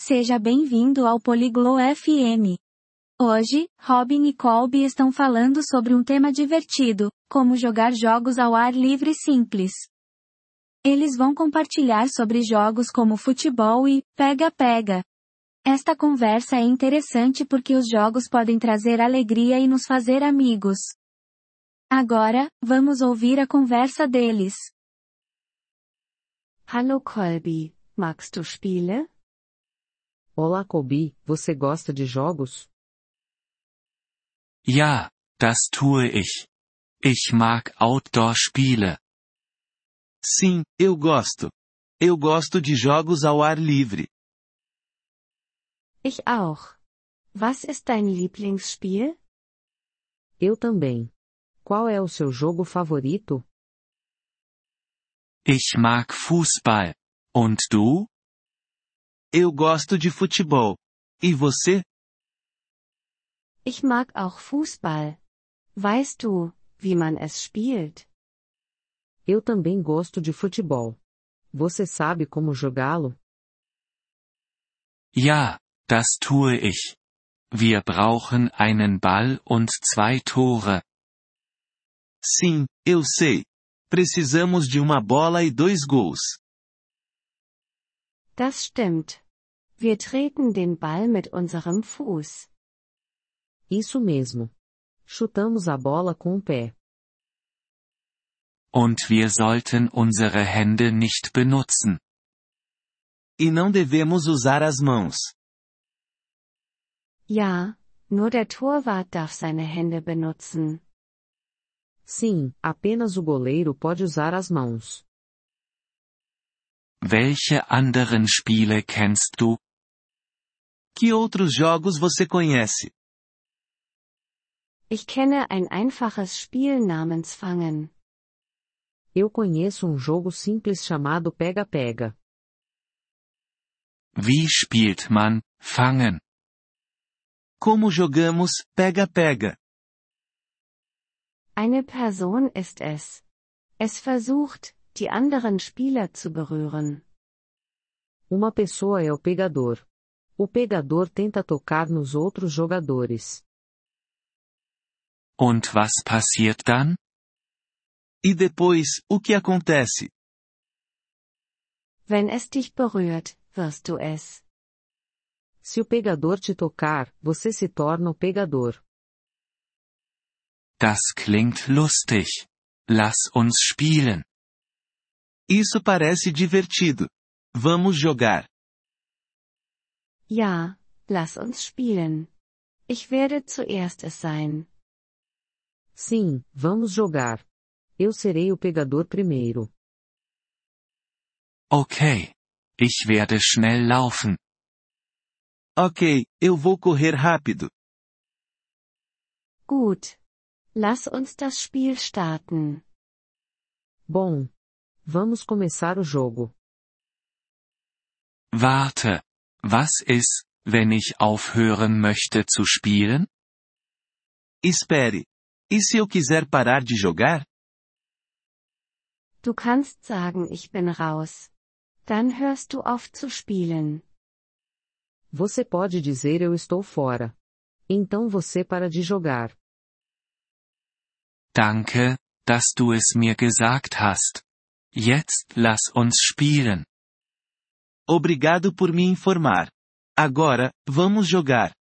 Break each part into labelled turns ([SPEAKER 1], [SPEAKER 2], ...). [SPEAKER 1] Seja bem-vindo ao Poliglo FM. Hoje, Robin e Colby estão falando sobre um tema divertido, como jogar jogos ao ar livre simples. Eles vão compartilhar sobre jogos como futebol e pega-pega. Esta conversa é interessante porque os jogos podem trazer alegria e nos fazer amigos. Agora, vamos ouvir a conversa deles.
[SPEAKER 2] Hallo Colby, magst du Spiele?
[SPEAKER 3] Olá, Kobi, você gosta de jogos?
[SPEAKER 4] Ja, das tue ich. Ich mag Outdoor-Spiele.
[SPEAKER 5] Sim, eu gosto. Eu gosto de jogos ao ar livre.
[SPEAKER 2] Ich auch. Was ist dein Lieblingsspiel?
[SPEAKER 3] Eu também. Qual é o seu jogo favorito?
[SPEAKER 4] Ich mag Fußball. Und du?
[SPEAKER 5] Eu gosto de futebol. E você?
[SPEAKER 2] Ich mag auch Fußball. Weißt du, wie man es spielt?
[SPEAKER 3] Eu também gosto de futebol. Você sabe como jogá-lo?
[SPEAKER 4] Ja, das tue ich. Wir brauchen einen Ball und zwei Tore.
[SPEAKER 5] Sim, eu sei. Precisamos de uma bola e dois gols.
[SPEAKER 2] Das stimmt. Wir treten den Ball mit unserem Fuß.
[SPEAKER 3] Isso mesmo. Chutamos a bola com o pé.
[SPEAKER 4] Und wir sollten unsere Hände nicht benutzen.
[SPEAKER 5] E não devemos usar as mãos.
[SPEAKER 2] Ja, nur der Torwart darf seine Hände benutzen.
[SPEAKER 3] Sim, apenas o goleiro pode usar as mãos.
[SPEAKER 4] Welche anderen Spiele kennst du?
[SPEAKER 5] Que outros jogos você conhece?
[SPEAKER 2] Ich kenne ein einfaches Spiel namens Fangen.
[SPEAKER 3] Eu conheço um jogo simples chamado Pega-Pega.
[SPEAKER 4] Wie spielt man Fangen?
[SPEAKER 5] Como jogamos pega-pega?
[SPEAKER 2] Eine Person ist es. Es versucht, die anderen Spieler zu berühren.
[SPEAKER 3] Uma pessoa é o pegador. O pegador tenta tocar nos outros jogadores.
[SPEAKER 4] Und was passiert dann?
[SPEAKER 5] E depois, o que acontece?
[SPEAKER 2] Wenn es dich berührt, wirst du es.
[SPEAKER 3] Se o pegador te tocar, você se torna o pegador.
[SPEAKER 4] Das klingt lustig. Lass uns spielen.
[SPEAKER 5] Isso parece divertido. Vamos jogar.
[SPEAKER 2] Ja, lass uns spielen. Ich werde zuerst es sein.
[SPEAKER 3] Sim, vamos jogar. Eu serei o pegador primeiro.
[SPEAKER 4] Okay. Ich werde schnell laufen.
[SPEAKER 5] Ok, eu vou correr rápido.
[SPEAKER 2] Gut. Lass uns das Spiel starten.
[SPEAKER 3] Bom. Vamos começar o jogo.
[SPEAKER 4] Warte. Was ist, wenn ich aufhören möchte zu spielen?
[SPEAKER 5] Espere. E se eu quiser parar de jogar?
[SPEAKER 2] Du kannst sagen, ich bin raus. Dann hörst du auf zu spielen.
[SPEAKER 3] Você pode dizer eu estou fora. Então você para de jogar.
[SPEAKER 4] Danke, dass du es mir gesagt hast. Jetzt lass uns spielen.
[SPEAKER 5] Obrigado por me informar. Agora, vamos jogar.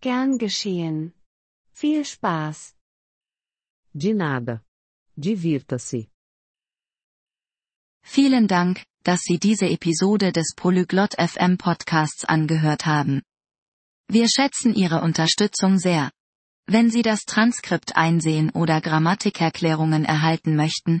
[SPEAKER 2] Gern geschehen. Viel Spaß.
[SPEAKER 3] De nada. Divirta-se.
[SPEAKER 6] Vielen Dank, dass Sie diese Episode des Polyglot FM Podcasts angehört haben. Wir schätzen Ihre Unterstützung sehr. Wenn Sie das Transkript einsehen oder Grammatikerklärungen erhalten möchten,